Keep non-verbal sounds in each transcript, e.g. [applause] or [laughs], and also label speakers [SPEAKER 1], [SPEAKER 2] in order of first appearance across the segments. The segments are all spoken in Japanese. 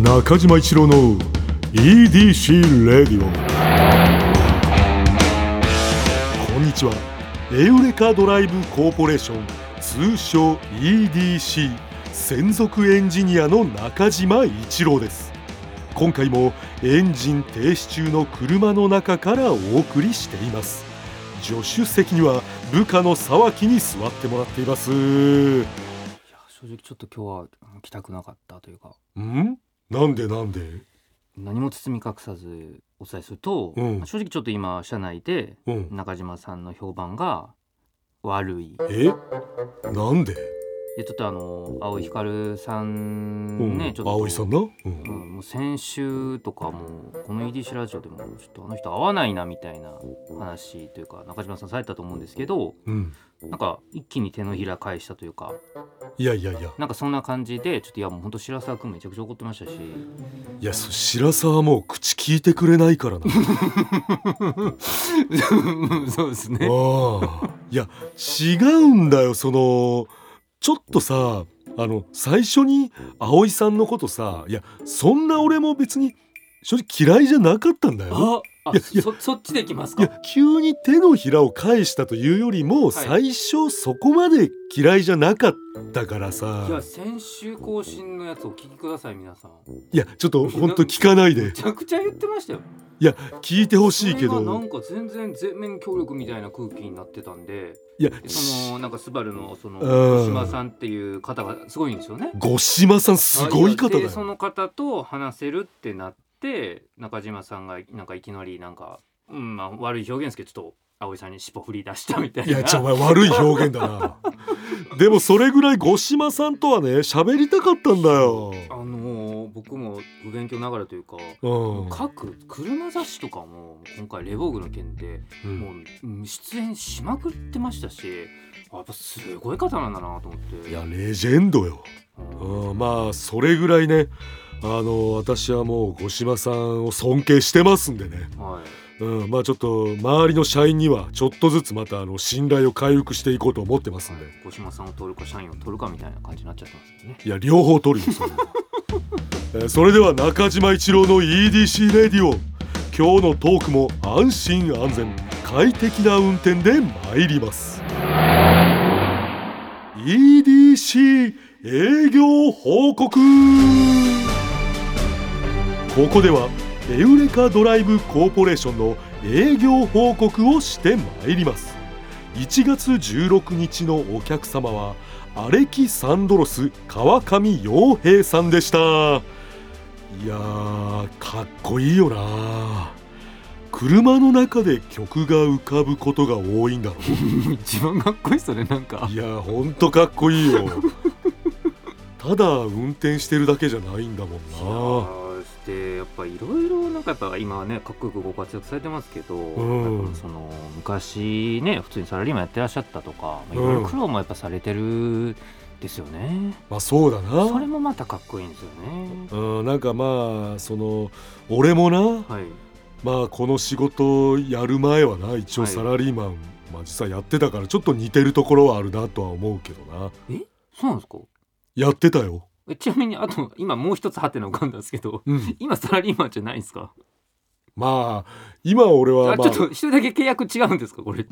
[SPEAKER 1] 中島一郎の EDC レディオこんにちはエウレカドライブコーポレーション通称 EDC 専属エンジニアの中島一郎です今回もエンジン停止中の車の中からお送りしています助手席には部下の沢木に座ってもらっています
[SPEAKER 2] いや正直ちょっと今日はうん来たくなかったというか
[SPEAKER 1] んなんでなんで
[SPEAKER 2] 何も包み隠さずお伝えすると、
[SPEAKER 1] うん
[SPEAKER 2] 正直ちょっと今社内で
[SPEAKER 1] うん
[SPEAKER 2] 中島さんの評判が悪いい
[SPEAKER 1] えなんで
[SPEAKER 2] やちょっとあの青井光さ
[SPEAKER 1] うんん
[SPEAKER 2] ね、ちょっと
[SPEAKER 1] 葵さんな、うん
[SPEAKER 2] うんもう先週とかもうこの EDC ラジオでもちょっとあの人合わないなみたいな話というか中島さんされたと思うんですけど
[SPEAKER 1] うん、
[SPEAKER 2] なんか一気に手のひら返したというか
[SPEAKER 1] いやいやいや
[SPEAKER 2] なんかそんな感じでちょっといやもうほんと白沢君めちゃくちゃ怒ってましたし
[SPEAKER 1] いやそ白沢はもう口聞いてくれないからな
[SPEAKER 2] [laughs] そうですね
[SPEAKER 1] ああいや違うんだよそのちょっとさあの最初に葵さんのことさいやそんな俺も別に正直嫌いじゃなかったんだよ
[SPEAKER 2] あ、あ
[SPEAKER 1] いやいや
[SPEAKER 2] そそっちで行きます
[SPEAKER 1] い
[SPEAKER 2] か。
[SPEAKER 1] や急に手のひらを返したというよりも、
[SPEAKER 2] はい
[SPEAKER 1] 最初そこまで嫌いじゃなかったからさ
[SPEAKER 2] じゃあ先週更新のやつお聞きください皆さん。め
[SPEAKER 1] いやちょっとほんと聞かないで
[SPEAKER 2] ちゃくちゃ言ってましたよ。
[SPEAKER 1] 聞いてほしいけ
[SPEAKER 2] それがな
[SPEAKER 1] ど
[SPEAKER 2] んか全然全面協力みたいな空気になってたんで、
[SPEAKER 1] いや
[SPEAKER 2] そのなんかスバルのその
[SPEAKER 1] うん
[SPEAKER 2] 小島さんっていう方がすごいんですよね。
[SPEAKER 1] 五島さんすごい方だ
[SPEAKER 2] で
[SPEAKER 1] よ
[SPEAKER 2] その方と話せるってなって中島さんがなんかいきなりなんかうんまあ悪い表現ですけどちょっと葵さんに尻尾振り出したみたい
[SPEAKER 1] い
[SPEAKER 2] な。
[SPEAKER 1] やちょお前悪い表現だ
[SPEAKER 2] [laughs]
[SPEAKER 1] なでもそれぐらい五島さんとはね喋りたかったんだよ
[SPEAKER 2] あのー僕も不勉強ながらというか。
[SPEAKER 1] うん
[SPEAKER 2] 各車雑誌とかも今回「レボーグの件」で
[SPEAKER 1] うん
[SPEAKER 2] もううん出演しまくってましたしあやっぱすごい方なんだなと思って
[SPEAKER 1] いやレジェンドよ、
[SPEAKER 2] うん
[SPEAKER 1] うん、まあそれぐらいねあの私はもう五島さんを尊敬してますんでね、
[SPEAKER 2] はい
[SPEAKER 1] うん、まあちょっと周りの社員にはちょっとずつまたあの信頼を回復していこうと思ってますんで
[SPEAKER 2] 小島さんを取るか社員を取るかみたいな感じになっちゃってますよね [laughs]
[SPEAKER 1] いや両方取るよそれはえーそれでは中島一郎の EDC レディオ今日のトークも安心安全快適な運転で参ります EDC 営業報告ここではエウレカドライブコーポレーションの営業報告をして参ります1月16日のお客様はアレキサンドロス川上洋平さんでしたいやーかっこいいよな車の中で曲が浮かぶことが多いんだろ
[SPEAKER 2] [laughs] 一番かっこいいっすよねなんか
[SPEAKER 1] ういやーほんとかっこいいよただ運転してるだけじゃないんだも
[SPEAKER 2] いや
[SPEAKER 1] ん
[SPEAKER 2] ーしてやっぱいろいろなんかやっぱ今はねかっこよくご活躍されてますけど、
[SPEAKER 1] うん
[SPEAKER 2] やっぱその昔ね普通にサラリーマンやってらっしゃったとかまあいろいろ苦労もやっぱされてるですよね、
[SPEAKER 1] なまあそうだ
[SPEAKER 2] それ
[SPEAKER 1] な
[SPEAKER 2] もまたかっこいいんですよね
[SPEAKER 1] うんなんかまあその俺もな
[SPEAKER 2] はい
[SPEAKER 1] まあこの仕事をやる前はな一応
[SPEAKER 2] はい
[SPEAKER 1] サラリーマン、まあ実際やってたからちょっと似てるところはあるなとは思うけどな
[SPEAKER 2] そうなんですか
[SPEAKER 1] やってたよ、
[SPEAKER 2] えちなみにあと今もう一つハテナ浮かんだんですけど [laughs]
[SPEAKER 1] うん、
[SPEAKER 2] 今サラリーマンじゃないんですか、
[SPEAKER 1] まあ今俺は
[SPEAKER 2] あ、
[SPEAKER 1] ま
[SPEAKER 2] ち
[SPEAKER 1] あ
[SPEAKER 2] ょっと一人だけ契約違うんですかこれ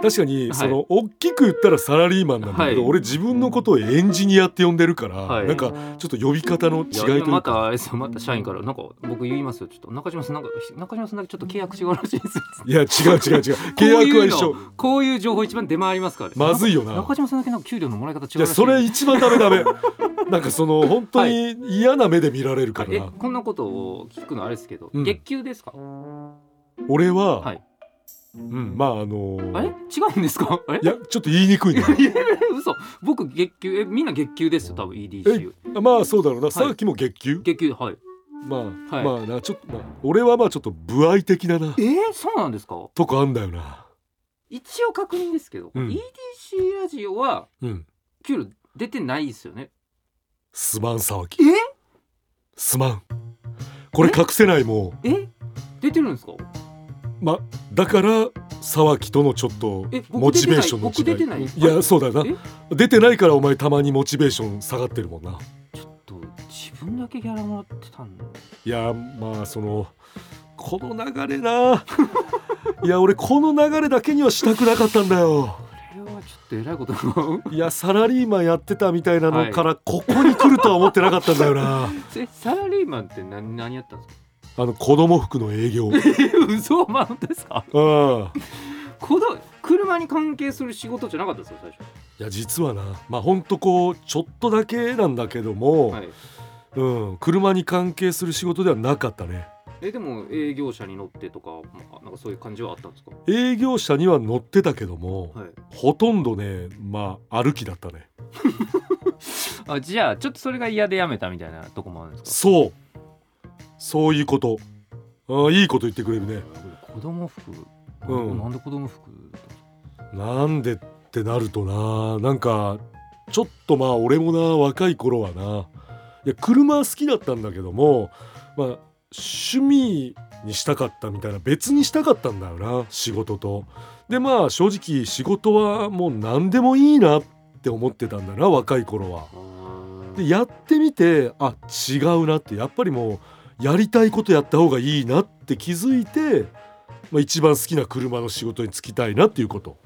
[SPEAKER 1] 確かにその大きく言ったらサラリーマンなんだけど、
[SPEAKER 2] はい
[SPEAKER 1] 俺自分のことをエンジニアって呼んでるから、
[SPEAKER 2] はい
[SPEAKER 1] なんかちょっと呼び方の違いとい
[SPEAKER 2] やま
[SPEAKER 1] う
[SPEAKER 2] た
[SPEAKER 1] か
[SPEAKER 2] あれですよまた社員からなんか僕言いますよちょっと中島さんなんか中島さんだけちょっと契約違うらしいですよ
[SPEAKER 1] いや違う違う [laughs] 違う契約は一緒
[SPEAKER 2] こういうのこういう情報一番出回りますからね
[SPEAKER 1] まずいよな
[SPEAKER 2] 中島さんだけなんか給料のもらい方違うらしい
[SPEAKER 1] いやそれ一番ダメ [laughs] ダメなんかその本当に嫌な目で見られるから
[SPEAKER 2] え
[SPEAKER 1] な、
[SPEAKER 2] こんなことを聞くのあれですけど、
[SPEAKER 1] うん
[SPEAKER 2] 月給ですか
[SPEAKER 1] 俺は、
[SPEAKER 2] はい
[SPEAKER 1] うん、まああの
[SPEAKER 2] あれ違うんですかあれ
[SPEAKER 1] いやちょっと言いにくいな
[SPEAKER 2] いやいや嘘僕月給えみんな月給ですよ多分 EDC
[SPEAKER 1] まあそうだろうな、
[SPEAKER 2] い
[SPEAKER 1] さっきも月給
[SPEAKER 2] 月給はい
[SPEAKER 1] まあ、
[SPEAKER 2] はい
[SPEAKER 1] まあなちょっと、まあ、俺はまあちょっと不愛的だな
[SPEAKER 2] えー、そうなんですか
[SPEAKER 1] とこあんだよな
[SPEAKER 2] 一応確認ですけど、
[SPEAKER 1] うん
[SPEAKER 2] EDC ラジオは
[SPEAKER 1] うん
[SPEAKER 2] 給料出てないですよね
[SPEAKER 1] すまん沢木
[SPEAKER 2] え
[SPEAKER 1] すまんこれ隠せないも
[SPEAKER 2] え出てるんですか
[SPEAKER 1] うまだから沢木とのちょっと
[SPEAKER 2] え僕
[SPEAKER 1] モチベーションの違い
[SPEAKER 2] 出てない僕出てない
[SPEAKER 1] やそうだよな出てないからお前たまにモチベーション下がってるもんな
[SPEAKER 2] ちょっと自どんだけギャラもらってたん
[SPEAKER 1] いやまあそのこの流れ
[SPEAKER 2] [laughs]
[SPEAKER 1] ないや俺この流れだけにはしたくなかったんだよ
[SPEAKER 2] これはちょっとえらいことの
[SPEAKER 1] いやサラリーマンやってたみたいな
[SPEAKER 2] は
[SPEAKER 1] の
[SPEAKER 2] い
[SPEAKER 1] からここに来るとは思ってなかったんだよ
[SPEAKER 2] [laughs]
[SPEAKER 1] な
[SPEAKER 2] えサラリーマンって何何やったんですか
[SPEAKER 1] あの子供服の
[SPEAKER 2] [laughs]
[SPEAKER 1] 営業うん
[SPEAKER 2] え嘘マウンですか
[SPEAKER 1] い
[SPEAKER 2] この車に関係する仕事じゃなかったですよ最初
[SPEAKER 1] や実はなまあほんとこうちょっとだけなんだけども、
[SPEAKER 2] はい
[SPEAKER 1] うん車に関係する仕事ではなかったね
[SPEAKER 2] えでも営業車に乗ってとかまあなんかそういう感じはあったんですか
[SPEAKER 1] 営業車には乗ってたけども、
[SPEAKER 2] はい
[SPEAKER 1] ほとんどねまあ歩きだったね
[SPEAKER 2] あじゃあちょっとそれが嫌でやめたみたいなとこもあるんです
[SPEAKER 1] そうそういうことあいいこと言ってくれるね
[SPEAKER 2] か子供服、
[SPEAKER 1] うん
[SPEAKER 2] なんで子供服
[SPEAKER 1] なんでってなるとななんかちょっとまあ俺もな若い頃はないや車好きだったんだけどもまあ趣味にしたかったみたいな別にしたかったんだよな仕事と。でまあ正直仕事はもう何でもいいなって思ってたんだな若い頃は。
[SPEAKER 2] あ
[SPEAKER 1] でやってみてあ違うなってやっぱりもうやりたいことやった方がいいなって気づいて、まあ、一番好きな車の仕事に就きたいなっていうこと。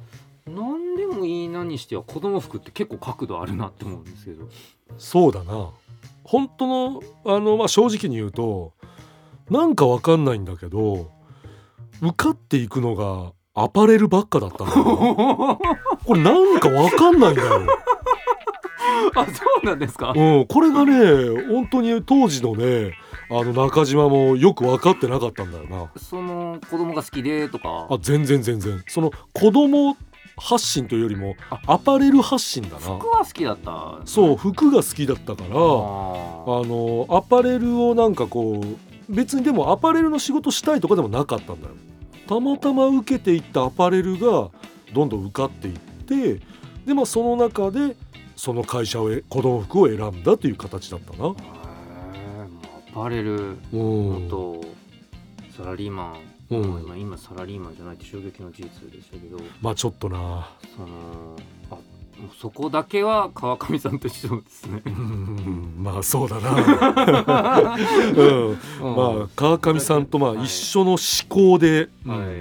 [SPEAKER 2] 何でもいいなにしては子供服って結構角度あるなって思うんです [laughs] けど
[SPEAKER 1] そうだな本当のあの、まあ、正直に言うとなんかわかんないんだけど受かっていくのがアパレルばっかだったんだ
[SPEAKER 2] [laughs]
[SPEAKER 1] よこれなんかわかんないんだよ、
[SPEAKER 2] あそうなんですか
[SPEAKER 1] うん、これがね本当に当時のねあの中島もよく分かってなかったんだよな
[SPEAKER 2] その子供が好きでとか
[SPEAKER 1] あ全然全然その子供発信というよりも
[SPEAKER 2] あ
[SPEAKER 1] アパレル発信だな
[SPEAKER 2] 服は好きだった
[SPEAKER 1] そう服が好きだったから
[SPEAKER 2] あー
[SPEAKER 1] あのアパレルをなんかこう別にでもアパレルの仕事したいとかでもなかったんだよたまたま受けていったアパレルがどんどん受かっていってでまあその中でその会社をえ子供服を選んだという形だったな
[SPEAKER 2] へーもうアパレル
[SPEAKER 1] う
[SPEAKER 2] の
[SPEAKER 1] ん
[SPEAKER 2] とサラリーマン、
[SPEAKER 1] うん
[SPEAKER 2] も今今サラリーマンじゃないって衝撃の事実でしたけど
[SPEAKER 1] まあちょっとな
[SPEAKER 2] そのあもうそこだけは川上さんと一緒ですね、
[SPEAKER 1] うんまあそうだな、 [laughs] うん、まあ川上さんとまあ
[SPEAKER 2] はい
[SPEAKER 1] 一緒の思考で、
[SPEAKER 2] は
[SPEAKER 1] うん
[SPEAKER 2] い、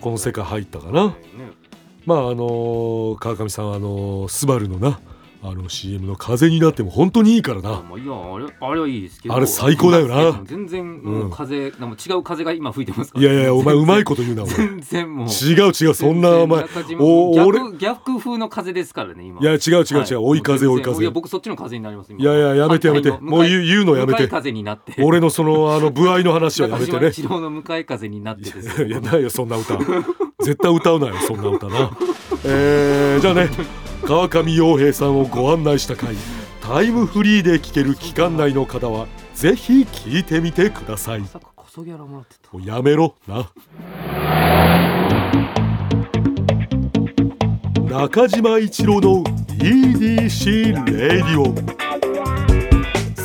[SPEAKER 1] この世界入ったかな、
[SPEAKER 2] はいね
[SPEAKER 1] まああのー川上さんはあのースバルのなあの CM の「風になっても本当にいいから
[SPEAKER 2] あ
[SPEAKER 1] な
[SPEAKER 2] まあいやあれあれはいいですけど
[SPEAKER 1] あれ最高だよな
[SPEAKER 2] でも全然もう風、なんか違う風が今吹いてます」か
[SPEAKER 1] い
[SPEAKER 2] ら [laughs]
[SPEAKER 1] やいやお前うまいこと言うなお前
[SPEAKER 2] 全然 [laughs] もう
[SPEAKER 1] 違う違うそんなお前
[SPEAKER 2] 全然中島
[SPEAKER 1] お
[SPEAKER 2] 逆
[SPEAKER 1] 俺
[SPEAKER 2] 逆風の風ですからね今
[SPEAKER 1] いや違う違う違う、追い風
[SPEAKER 2] は
[SPEAKER 1] 追い
[SPEAKER 2] 全然
[SPEAKER 1] 風
[SPEAKER 2] いや僕そっちの風になります今
[SPEAKER 1] いやいややめてやめて
[SPEAKER 2] 反対の
[SPEAKER 1] もう言う言うのやめ
[SPEAKER 2] 向かい
[SPEAKER 1] て
[SPEAKER 2] 風になって
[SPEAKER 1] 俺のそのあの不愛の話はやめて
[SPEAKER 2] 中島
[SPEAKER 1] ね
[SPEAKER 2] 一郎の向かい風になってですよ
[SPEAKER 1] いやないよそんな歌絶対歌うなよそんな歌なえー、じゃあね川上洋平さんをご案内した回タイムフリーで聴ける期間内の方はぜひ聴いてみてください
[SPEAKER 2] ま
[SPEAKER 1] も
[SPEAKER 2] さかこそギャラもらってた
[SPEAKER 1] うやめろな中島一郎の EDC レディオ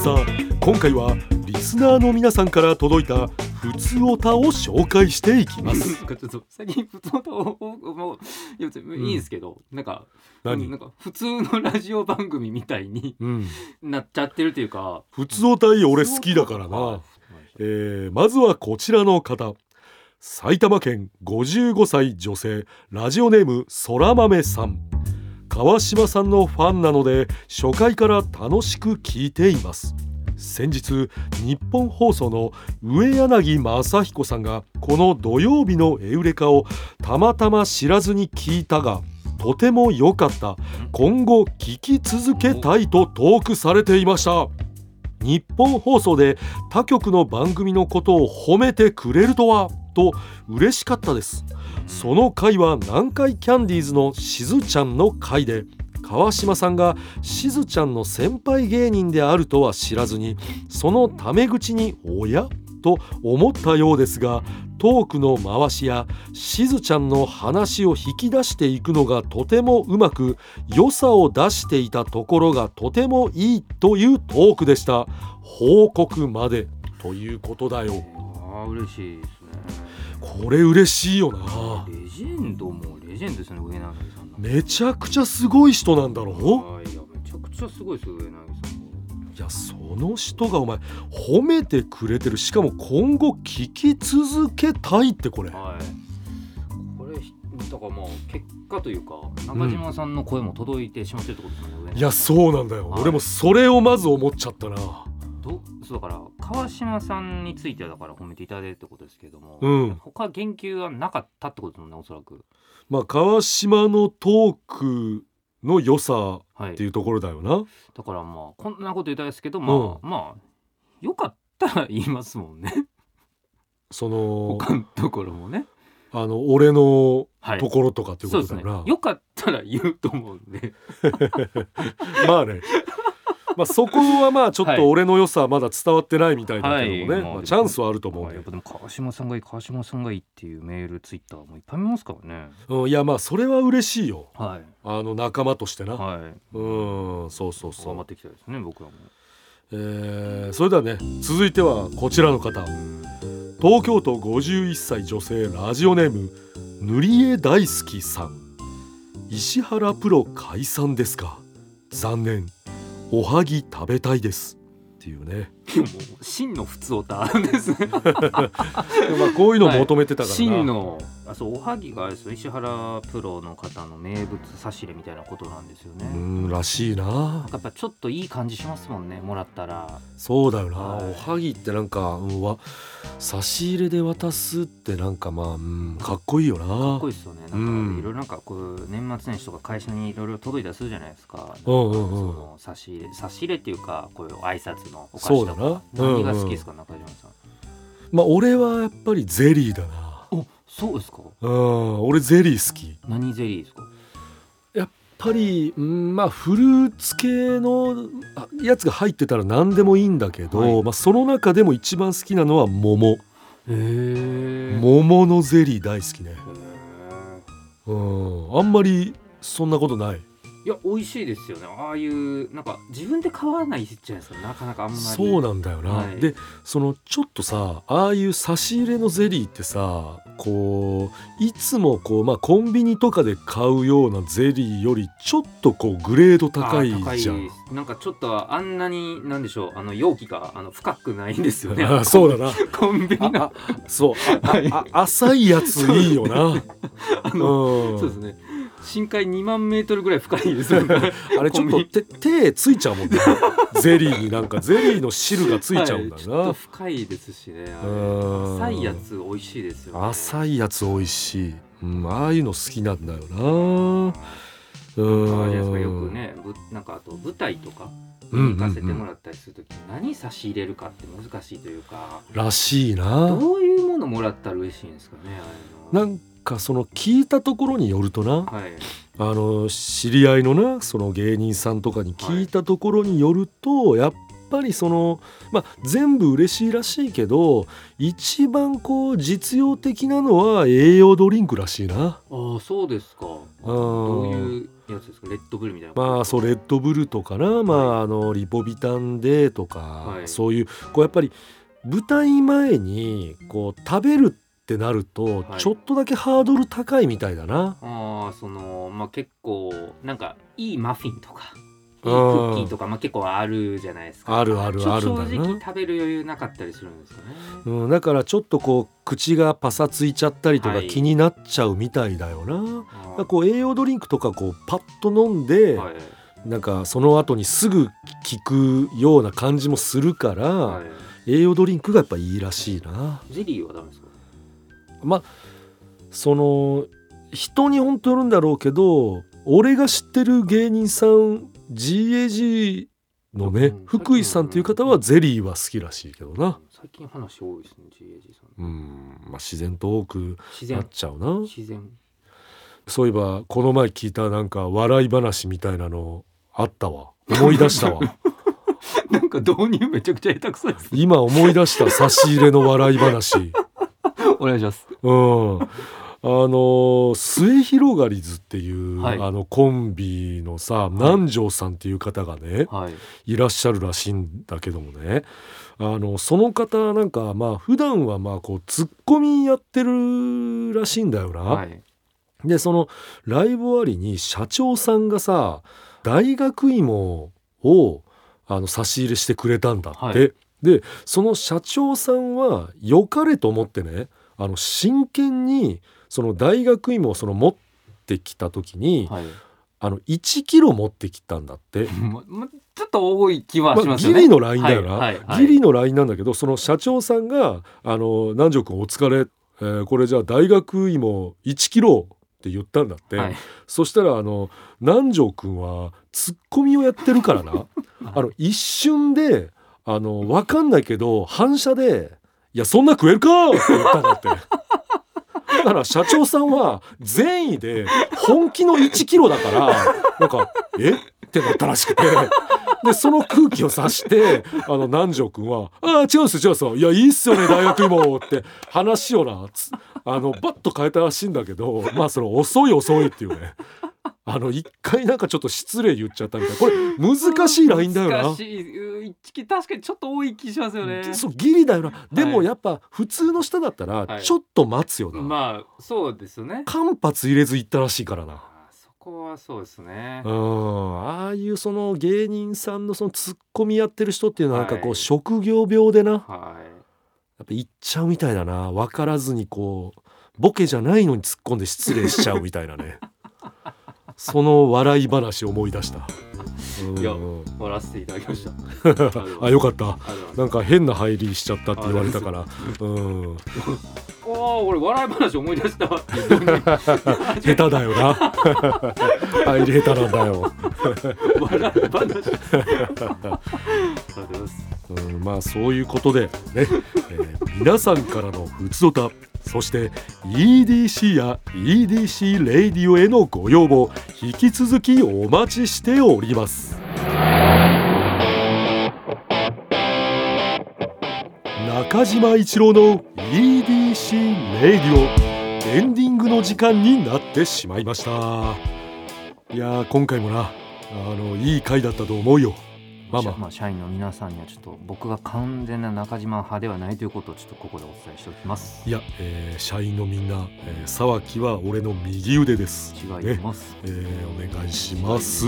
[SPEAKER 1] さあ今回はリスナーの皆さんから届いた「ふつおた」を紹介していきま
[SPEAKER 2] なん
[SPEAKER 1] す
[SPEAKER 2] かちょっと最近普通のもういや別にいいんですけど、なんか
[SPEAKER 1] 何
[SPEAKER 2] なんか普通のラジオ番組みたいに
[SPEAKER 1] うん、
[SPEAKER 2] なっちゃってるというか
[SPEAKER 1] 普通おたい俺好きだからな、えーまずはこちらの方埼玉県55歳女性ラジオネームそら豆さん川島さんのファンなので初回から楽しく聞いています先日日本放送の上柳正彦さんがこの土曜日のエウレカをたまたま知らずに聞いたがとても良かった今後聞き続けたいとトークされていました日本放送で他局の番組のことを褒めてくれるとはと嬉しかったですその回は南海キャンディーズのしずちゃんの回で川島さんがしずちゃんの先輩芸人であるとは知らずにそのタメ口に「おや?」と思ったようですがトークの回しやしずちゃんの話を引き出していくのがとてもうまく良さを出していたところがとてもいいというトークでした報告までということだよ
[SPEAKER 2] ああ嬉しいですね
[SPEAKER 1] これ嬉しいよな
[SPEAKER 2] レジェンドもレジェンドですね上柳さんの
[SPEAKER 1] めちゃくちゃすごい人なんだろ
[SPEAKER 2] はいいやめちゃくちゃすごいですよ上柳さんも
[SPEAKER 1] いやその人がお前褒めてくれてるしかも今後聞き続けたいってこれ
[SPEAKER 2] はい。これひだからまあ結果というか中島さんの声も届いてしまってるってことですよね。
[SPEAKER 1] いやそうなんだよ、
[SPEAKER 2] はい
[SPEAKER 1] 俺もそれをまず思っちゃったな
[SPEAKER 2] どそうだから川島さんについてはだから褒めていただいてるってことですけども、
[SPEAKER 1] うん
[SPEAKER 2] 他言及はなかったってことですもんねおそらく。
[SPEAKER 1] まあ川島のトークの良さ
[SPEAKER 2] は
[SPEAKER 1] っ
[SPEAKER 2] い。
[SPEAKER 1] ていうところだよな
[SPEAKER 2] だからまあこんなこと言ったんですけどまあ、まあよかったら言いますもんね
[SPEAKER 1] その
[SPEAKER 2] 他のところもね。
[SPEAKER 1] あの俺の
[SPEAKER 2] はい
[SPEAKER 1] と。ころとかっていう
[SPEAKER 2] そ
[SPEAKER 1] こ
[SPEAKER 2] うで
[SPEAKER 1] と
[SPEAKER 2] す
[SPEAKER 1] だ
[SPEAKER 2] ね。
[SPEAKER 1] よな、
[SPEAKER 2] よかったら言うと思うんで。
[SPEAKER 1] まあねまあそこはまあちょっと俺の良さはまだ伝わってないみたいだけどもね、
[SPEAKER 2] はいはい
[SPEAKER 1] まあ、チャンスはあると思うん
[SPEAKER 2] まあ
[SPEAKER 1] だ
[SPEAKER 2] や
[SPEAKER 1] よ
[SPEAKER 2] っぱでも川島さんがいい川島さんがいいっていうメールツイッターもいっぱい見ますからね。
[SPEAKER 1] うん、いやまあそれは嬉しいよ
[SPEAKER 2] はい。
[SPEAKER 1] あの仲間としてな、
[SPEAKER 2] はい。
[SPEAKER 1] うんそうそうそ
[SPEAKER 2] 頑張
[SPEAKER 1] う
[SPEAKER 2] っ、ていきたいですね、僕らも。
[SPEAKER 1] えーそれではね続いてはこちらの方東京都51歳女性ラジオネーム塗り絵大好きさん石原プロ解散ですか残念おはぎ食べたいですっていう
[SPEAKER 2] [laughs]
[SPEAKER 1] ね
[SPEAKER 2] でも真の普通オタですね。
[SPEAKER 1] まあこういうのを求めてたからな、
[SPEAKER 2] 真のあそうおはぎがあれですよ石原プロの方の名物差し入れみたいなことなんですよね。
[SPEAKER 1] う
[SPEAKER 2] なん
[SPEAKER 1] んらしいな
[SPEAKER 2] かやっぱちょっといい感じしますもんねもらったら。
[SPEAKER 1] そうだよな、
[SPEAKER 2] はい
[SPEAKER 1] おはぎってなんか、うん、わ差し入れで渡すってなんかまあ、うん、かっこいいよな
[SPEAKER 2] かっこいいですよね。なんか
[SPEAKER 1] うん
[SPEAKER 2] いろいろなんかこう年末年始とか会社にいろいろ届いたりするじゃないですか。
[SPEAKER 1] うんうんうん
[SPEAKER 2] その差し入れ差し入れっていうかこういう挨拶のお菓
[SPEAKER 1] そ
[SPEAKER 2] 子
[SPEAKER 1] うだ
[SPEAKER 2] とか。
[SPEAKER 1] な、うんう
[SPEAKER 2] 何
[SPEAKER 1] ん
[SPEAKER 2] が好きですか、中島さん。
[SPEAKER 1] まあ俺はやっぱりゼリーだな
[SPEAKER 2] おそうですか。
[SPEAKER 1] うん俺ゼリー好き
[SPEAKER 2] 何ゼリーですか。
[SPEAKER 1] やっぱり、うん、まあフルーツ系のあやつが入ってたら何でもいいんだけど、
[SPEAKER 2] はい
[SPEAKER 1] まあ、その中でも一番好きなのは桃
[SPEAKER 2] へえ。
[SPEAKER 1] 桃のゼリー大好きね
[SPEAKER 2] へー
[SPEAKER 1] うんあんまりそんなことない
[SPEAKER 2] いや美味しいですよねああいうなんか自分で買わないじゃないですかなかなかあんまり
[SPEAKER 1] そうなんだよな、
[SPEAKER 2] はい
[SPEAKER 1] でそのちょっとさああいう差し入れのゼリーってさこういつもこう、まあ、コンビニとかで買うようなゼリーよりちょっとこうグレード高い
[SPEAKER 2] あ高
[SPEAKER 1] じゃん。
[SPEAKER 2] なんかちょっとあんなになんでしょうあの容器があの深くないんですよね
[SPEAKER 1] [laughs] あそうだな
[SPEAKER 2] [laughs] コンビニのあ
[SPEAKER 1] そう
[SPEAKER 2] はい
[SPEAKER 1] ああ浅いやついいよな。
[SPEAKER 2] の、
[SPEAKER 1] ん
[SPEAKER 2] そうですね深海2万メートルぐらい深いですよね
[SPEAKER 1] あれちょっと手手ついちゃうもんねゼリーになんかゼリーの汁 [laughs] がついちゃうんだ
[SPEAKER 2] は
[SPEAKER 1] よ
[SPEAKER 2] いち
[SPEAKER 1] な、
[SPEAKER 2] ょっと深いですしねあれ
[SPEAKER 1] うん
[SPEAKER 2] 浅いやつ美味しいですよ、ね、
[SPEAKER 1] 浅いやつ美味しい、うん、ああいうの好きなんだよなうん
[SPEAKER 2] あれじゃないですかよくねぶなんかあと舞台とか
[SPEAKER 1] うん
[SPEAKER 2] 行かせてもらったりするとき、何差し入れるかって難しいというから
[SPEAKER 1] しいな
[SPEAKER 2] どういうものもらったら嬉しいんですかね。あ
[SPEAKER 1] な
[SPEAKER 2] れの
[SPEAKER 1] んかその聞いたところによるとな
[SPEAKER 2] はい。
[SPEAKER 1] あの知り合いのなその芸人さんとかに聞いたところによると、やっぱりそのまあ全部嬉しいらしいけど一番こう実用的なのは栄養ドリンクらしいな。
[SPEAKER 2] ああ、そうですか。どういうやつですか。レッドブルみたいな。
[SPEAKER 1] まあそうレッドブルとかな、まあ、あのリポビタン D とか、
[SPEAKER 2] はい
[SPEAKER 1] そういうこうやっぱり舞台前にこう食べるってなると、
[SPEAKER 2] はい
[SPEAKER 1] ちょっとだけハードル高いみたいだな。
[SPEAKER 2] ああ、その、まあ、結構、なんか、いいマフィンとか。いいク
[SPEAKER 1] うん
[SPEAKER 2] ッキーとか、まあ、結構あるじゃないですか。
[SPEAKER 1] あるある
[SPEAKER 2] ちょ
[SPEAKER 1] あるんだ
[SPEAKER 2] 正
[SPEAKER 1] よ
[SPEAKER 2] 直
[SPEAKER 1] な、
[SPEAKER 2] 食べる余裕なかったりするんですかね。
[SPEAKER 1] うん、だからちょっとこう口がパサついちゃったりとか
[SPEAKER 2] はい
[SPEAKER 1] 気になっちゃうみたいだよな、
[SPEAKER 2] あ
[SPEAKER 1] だ
[SPEAKER 2] ー
[SPEAKER 1] からこう栄養ドリンクとかこうパッと飲んで、
[SPEAKER 2] はい。
[SPEAKER 1] なんかその後にすぐ効くような感じもするから、
[SPEAKER 2] はい。
[SPEAKER 1] 栄養ドリンクがやっぱいいらしいな。
[SPEAKER 2] ゼリーはダメですか。
[SPEAKER 1] まあその人に本当よるんだろうけど俺が知ってる芸人さん GAG のね、
[SPEAKER 2] うん
[SPEAKER 1] 福井さんという方はゼリーは好きらしいけどな、
[SPEAKER 2] 最近話多いですね。G. A. G. さん。
[SPEAKER 1] うんまあ、自然と多く
[SPEAKER 2] 自
[SPEAKER 1] なっ
[SPEAKER 2] 然。
[SPEAKER 1] ちゃうな
[SPEAKER 2] 自然。
[SPEAKER 1] そういえばこの前聞いたなんか笑い話みたいなのあったわ思い出したわ
[SPEAKER 2] [laughs] [laughs] なんか導入めちゃくちゃ下手くそです。
[SPEAKER 1] 今思い出した差し入れの笑い話
[SPEAKER 2] お願いします。
[SPEAKER 1] うん、あの末広がりずっていう、
[SPEAKER 2] はい
[SPEAKER 1] あのコンビのさ南條さんっていう方がね、
[SPEAKER 2] はい。
[SPEAKER 1] い、らっしゃるらしいんだけどもねあのその方なんかまあ普段はまあこうツッコミやってるらしいんだよな。
[SPEAKER 2] はい。
[SPEAKER 1] でそのライブ終わりに社長さんがさ大学芋をあの差し入れしてくれたんだって、
[SPEAKER 2] はい
[SPEAKER 1] でその社長さんは良かれと思ってねあの真剣にその大学芋をその持ってきた時に、
[SPEAKER 2] はい、
[SPEAKER 1] あの1キロ持ってきたんだって、
[SPEAKER 2] ままちょっと多い気は
[SPEAKER 1] まあ
[SPEAKER 2] しますよ
[SPEAKER 1] ギ
[SPEAKER 2] ね。
[SPEAKER 1] リのラインだよな、
[SPEAKER 2] はいはいはい
[SPEAKER 1] ギリのラインなんだけどその社長さんが「あの南條君お疲れ、えーこれじゃあ大学芋1キロ」って言ったんだって、
[SPEAKER 2] はい
[SPEAKER 1] そしたらあの南條君はツッコミをやってるからなあの一瞬であの分かんないけど反射で「いやそんな食えるか!」って言ったんだって。だから社長さんは善意で本気の1キロだからなんか「えっ?」てなったらしくてでその空気を察してあの南條君は「ああ違うんですよ違うんですよいやいいっすよね大学芋」って話をなつあのバッと変えたらしいんだけどまあその遅い遅いっていうねあの一回なんかちょっと失礼言っちゃったみたいなこれ難しいラインだよな
[SPEAKER 2] 難。しいうん一気確かにちょっと多い気しますよね。
[SPEAKER 1] そうギリだよなでも
[SPEAKER 2] はい
[SPEAKER 1] やっぱ普通の人だったら
[SPEAKER 2] はい
[SPEAKER 1] ちょっと待つよな、
[SPEAKER 2] まあそうですね。
[SPEAKER 1] 間髪入れず行ったらしいからな
[SPEAKER 2] あーそこはそうですね
[SPEAKER 1] う。んああいうその芸人さんのそのツッコミやってる人っていうのはなんかこ
[SPEAKER 2] は
[SPEAKER 1] う
[SPEAKER 2] い
[SPEAKER 1] 職業病でなやっ
[SPEAKER 2] はい。
[SPEAKER 1] ぱ行っちゃうみたいだな分からずにこうボケじゃないのに突っ込んで失礼しちゃうみたいな
[SPEAKER 2] [laughs]
[SPEAKER 1] ねその笑い話思い出したうん
[SPEAKER 2] いや終わらせていただきました。
[SPEAKER 1] [laughs] あよかった
[SPEAKER 2] ありがとうございます
[SPEAKER 1] なんか変な入りしちゃったって言われたからうん
[SPEAKER 2] おお、俺笑い話思い出したわ。
[SPEAKER 1] [laughs]
[SPEAKER 2] 下
[SPEAKER 1] 下手だよな入り下手なんだよ
[SPEAKER 2] 笑い話。ありがとうございます。
[SPEAKER 1] うん、まあそういうことでね、えー皆さんからの「ふつおた」そして EDC や EDC レイディオへのご要望引き続きお待ちしております中島一郎の EDC レイディオエンディングの時間になってしまいましたいやー今回もなあのいい回だったと思うよまあまあ
[SPEAKER 2] 社員の皆さんにはちょっと僕が完全な中島派ではないということをちょっとここでお伝えしておきます。
[SPEAKER 1] いや、えー社員のみんな、えー沢木は俺の右腕です。
[SPEAKER 2] 違います。
[SPEAKER 1] えーお願いします。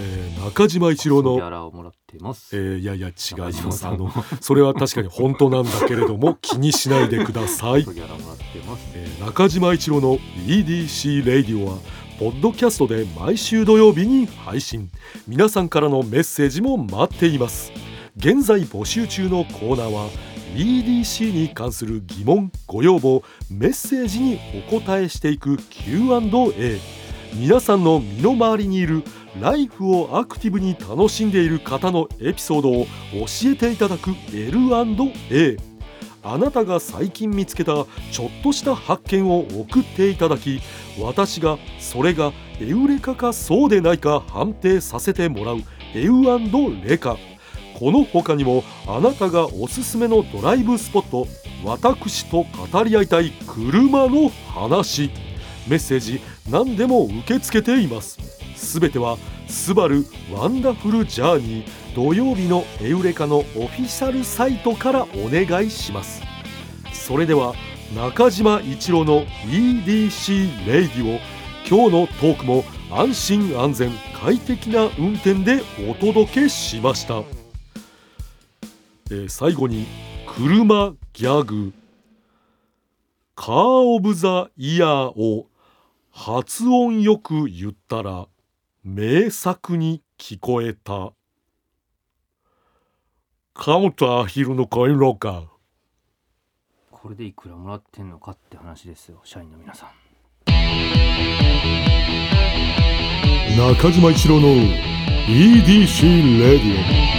[SPEAKER 1] えー中島一郎
[SPEAKER 2] ギ
[SPEAKER 1] の
[SPEAKER 2] ャ、ラをもらっています。
[SPEAKER 1] えーいやいや違い
[SPEAKER 2] 中
[SPEAKER 1] ま
[SPEAKER 2] 島
[SPEAKER 1] す。
[SPEAKER 2] さ
[SPEAKER 1] あ
[SPEAKER 2] ん
[SPEAKER 1] の、それは確かに本当なんだけれども、気にしないでください。
[SPEAKER 2] ギャラもらってます。
[SPEAKER 1] えー中島一郎の EDC レイディオはポッドキャストで毎週土曜日に配信皆さんからのメッセージも待っています現在募集中のコーナーは EDC に関する疑問ご要望メッセージにお答えしていく Q&A 皆さんの身の回りにいるライフをアクティブに楽しんでいる方のエピソードを教えていただく L&A あなたが最近見つけたちょっとした発見を送っていただき私がそれがエウレカかそうでないか判定させてもらうエウレカこの他にもあなたがおすすめのドライブスポット私と語り合いたい車の話メッセージ何でも受け付けていますすべては「スバルワンダフルジャーニー」土曜日のエウレカのオフィシャルサイトからお願いしますそれでは中島一郎の EDC レイディオ今日のトークも安心安全快適な運転でお届けしました、えー最後に車ギャグカー・オブ・ザ・イヤーを発音よく言ったら名作に聞こえたカモとアヒルの恋廊下
[SPEAKER 2] これでいくらもらってんのかって話ですよ、社員の皆さん。
[SPEAKER 1] 中島一郎の EDC レディ